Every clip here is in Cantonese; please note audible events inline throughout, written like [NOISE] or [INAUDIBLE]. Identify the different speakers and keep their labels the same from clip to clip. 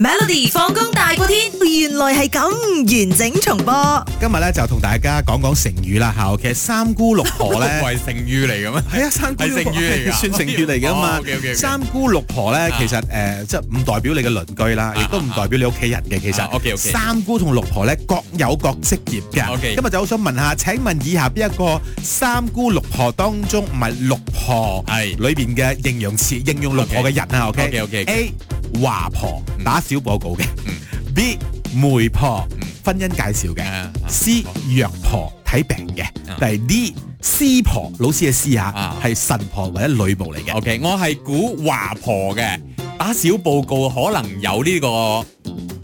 Speaker 1: Melody 放工大過天，原來係咁完整重播。
Speaker 2: 今日咧就同大家講講成語啦嚇，其實三姑六婆
Speaker 3: [LAUGHS]
Speaker 2: 咧
Speaker 3: 係成語嚟嘅咩？
Speaker 2: 係啊，三姑六
Speaker 3: 係
Speaker 2: 婆
Speaker 3: 成語嚟㗎
Speaker 2: [LAUGHS] 算成語嚟㗎嘛
Speaker 3: 哦，OK，OK，OK。
Speaker 2: 三姑六婆咧
Speaker 3: 啊
Speaker 2: 其實誒即係唔代表你嘅鄰居啦，
Speaker 3: 啊
Speaker 2: 亦都唔代表你屋企人嘅。其
Speaker 3: 啊
Speaker 2: 實
Speaker 3: ，OK，OK
Speaker 2: 三姑同六婆咧各有各職業嘅。
Speaker 3: OK
Speaker 2: 今日就好想問下，請問以下邊一個三姑六婆當中唔係六婆
Speaker 3: 係
Speaker 2: 裏邊嘅形容詞應用六婆嘅人啊？OK
Speaker 3: OK，OK，OK
Speaker 2: A 華婆
Speaker 3: 嗯
Speaker 2: 打小報告嘅
Speaker 3: 嗯
Speaker 2: ，B 媒婆
Speaker 3: 嗯
Speaker 2: 婚姻介紹嘅。
Speaker 3: 啊
Speaker 2: C 藥婆睇病嘅，
Speaker 3: 啊
Speaker 2: 但係 D 師婆老師嘅師啊
Speaker 3: 啊，哦
Speaker 2: 係神婆或者女巫嚟嘅。
Speaker 3: OK，我係估華婆嘅，打小報告可能有呢個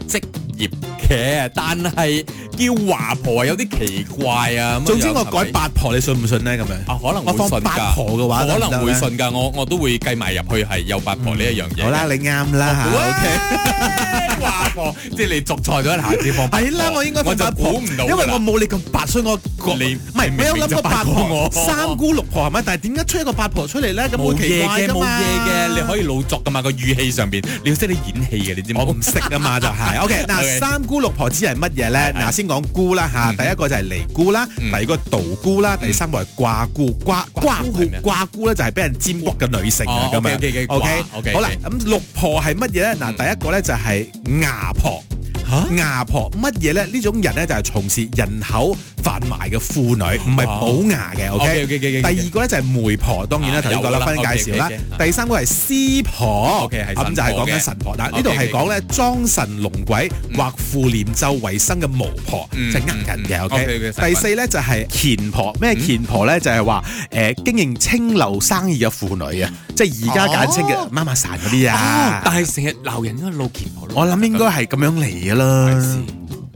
Speaker 3: 職業嘅，但係叫華婆有啲奇怪啊。咁樣
Speaker 2: 總之我
Speaker 3: 係
Speaker 2: 改
Speaker 3: 咪
Speaker 2: 八婆，你信唔信呢？咁樣
Speaker 3: 啊，可能
Speaker 2: 我
Speaker 3: 會
Speaker 2: 放
Speaker 3: 信
Speaker 2: 八
Speaker 3: 㗎，
Speaker 2: 婆嘅話，
Speaker 3: 可能會
Speaker 2: 得唔得呢。
Speaker 3: 信㗎。我我都會計埋入去係有八啊婆呢一樣嘢。
Speaker 2: 好啦，，你啱啦
Speaker 3: 喂
Speaker 2: 嚇。OK
Speaker 3: 華婆，即係你作錯咗一下先放八婆。
Speaker 2: 係啦，我應該
Speaker 3: 哦我
Speaker 2: 放
Speaker 3: 就
Speaker 2: 八婆，
Speaker 3: 估唔到㗎啦，
Speaker 2: 因為我冇你咁白，所以我覺
Speaker 3: 你
Speaker 2: 唔係
Speaker 3: 你明
Speaker 2: 我
Speaker 3: 明
Speaker 2: 有諗過
Speaker 3: 就
Speaker 2: 八
Speaker 3: 八
Speaker 2: 婆
Speaker 3: 婆、
Speaker 2: 三姑六婆係咪？但係點解出一個八婆出嚟咧？咁好
Speaker 3: 冇
Speaker 2: 奇
Speaker 3: 嘢
Speaker 2: 怪
Speaker 3: 嘅，
Speaker 2: 㗎
Speaker 3: 冇
Speaker 2: 嘛
Speaker 3: 嘢嘅，你可以老作噶嘛個語氣上邊，你要識得演戲嘅，你知
Speaker 2: 我
Speaker 3: 冇
Speaker 2: 唔？識啊
Speaker 3: [LAUGHS]
Speaker 2: 嘛，就係 OK 嗱，
Speaker 3: OK
Speaker 2: 三姑六婆指係乜嘢咧？
Speaker 3: 係
Speaker 2: 嗱，先講姑啦嚇，
Speaker 3: 嗯
Speaker 2: 第一個就係尼姑啦，
Speaker 3: 嗯
Speaker 2: 第二個道姑啦，第三個係卦姑。卦卦
Speaker 3: 卦姑
Speaker 2: 姑
Speaker 3: 係咩啊
Speaker 2: 卦姑咧就係俾人占卜嘅女性啊咁
Speaker 3: 哦
Speaker 2: 樣
Speaker 3: ，OK，OK，OK，。卦
Speaker 2: OK，
Speaker 3: ，OK，
Speaker 2: 好啦，
Speaker 3: OK
Speaker 2: 咁六婆係乜嘢咧？嗱，
Speaker 3: 嗯
Speaker 2: 第一個咧就係牙婆。
Speaker 3: 嚇
Speaker 2: 牙婆乜嘢咧？呢種人咧就係從事人口販賣嘅婦女，唔係
Speaker 3: 哦
Speaker 2: 補牙嘅。OK。
Speaker 3: ，OK，OK，OK，
Speaker 2: 第二個咧就係媒婆，當然啦，
Speaker 3: 啊
Speaker 2: 頭先講啦，
Speaker 3: 有啦
Speaker 2: 婚姻介紹啦
Speaker 3: OK，OK，OK，。啊
Speaker 2: 第三個係師婆
Speaker 3: OK，係神
Speaker 2: 咁
Speaker 3: 婆
Speaker 2: 就係講緊
Speaker 3: 嘅
Speaker 2: 神婆。嗱，呢
Speaker 3: OK，
Speaker 2: 度係
Speaker 3: OK，
Speaker 2: 講咧裝神弄鬼
Speaker 3: 嗯
Speaker 2: 或負念咒為生嘅巫婆，
Speaker 3: 嗯
Speaker 2: 就係呃人嘅。
Speaker 3: 嗯
Speaker 2: OK，
Speaker 3: OK，OK，神
Speaker 2: 第
Speaker 3: 棍
Speaker 2: 四咧就係虔婆，咩
Speaker 3: 嗯
Speaker 2: 虔婆咧就係話誒經營清流生意嘅婦女啊，即係而家簡稱嘅
Speaker 3: 哦
Speaker 2: 媽媽散嗰啲
Speaker 3: 哦
Speaker 2: 啊。
Speaker 3: 但係成日鬧人嗰個老虔婆咯，
Speaker 2: 我諗應該係咁樣嚟嘅
Speaker 3: 嗯
Speaker 2: 啦。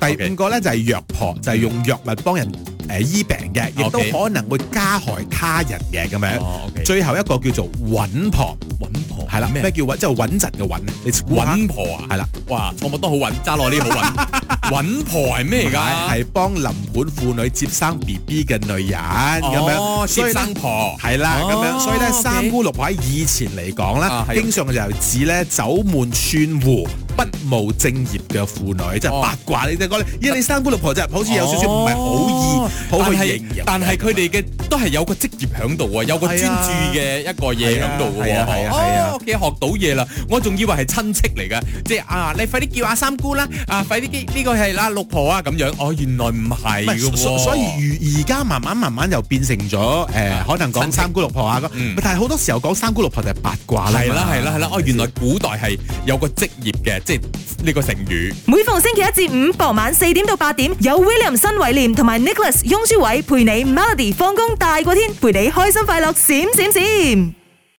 Speaker 2: 第五
Speaker 3: OK
Speaker 2: 個咧就係藥婆，就係用藥物幫人誒醫病嘅，亦都
Speaker 3: OK
Speaker 2: 可能會加害他人嘅咁樣。
Speaker 3: 哦，OK，
Speaker 2: 最後一個叫做穩婆，
Speaker 3: 穩婆
Speaker 2: 係啦，咩叫穩？即係穩陣嘅穩啊你估下
Speaker 3: 穩婆啊？
Speaker 2: 係啦，
Speaker 3: 哇，我乜都好穩，揸落呢好
Speaker 2: [LAUGHS]
Speaker 3: 穩。穩婆係咩嚟㗎？
Speaker 2: 係幫臨盤婦女接生 B B 嘅女人咁樣，
Speaker 3: 哦，
Speaker 2: 所以
Speaker 3: 接
Speaker 2: 呢
Speaker 3: 生婆。
Speaker 2: 係啦
Speaker 3: 哦
Speaker 2: 咁樣，所以咧
Speaker 3: OK
Speaker 2: 三姑六婆喺以前嚟講啦
Speaker 3: 啊，係
Speaker 2: 經常就係指咧走門串戶。不務正業嘅婦女，即係
Speaker 3: 哦
Speaker 2: 八卦。你就講，咦？你三姑六婆就好似有少少唔係
Speaker 3: 哦
Speaker 2: 好意，好
Speaker 3: 但
Speaker 2: 去
Speaker 3: 係
Speaker 2: 形容。啊
Speaker 3: 但係佢哋嘅都係有個職業喺度啊，有個專注嘅一個嘢喺度嘅
Speaker 2: 係啊
Speaker 3: 喎。
Speaker 2: 係啊係啊
Speaker 3: 哦，OK，學到嘢啦！我仲以為係親戚嚟嘅，即係啊，你快啲叫阿三姑啦，啊，快啲叫呢個係啦六婆啊咁樣。哦，原來唔係
Speaker 2: 唔係
Speaker 3: 嘅喎。
Speaker 2: 所所以而而家慢慢慢慢又變成咗誒，呃
Speaker 3: 啊
Speaker 2: 可能講
Speaker 3: 親戚
Speaker 2: 三姑六婆啊，咁
Speaker 3: 嗯
Speaker 2: 但係好多時候講三姑六婆就係八卦啦嘛。
Speaker 3: 係啦係啦係啦，哦，原來古代係有個職業嘅，即係呢個成語。
Speaker 1: 每逢星期一至五傍晚四點到八點，有 William 新偉廉同埋 Nicholas 雍舒偉陪你 Melody 放工大過天，陪你開心快樂閃閃閃。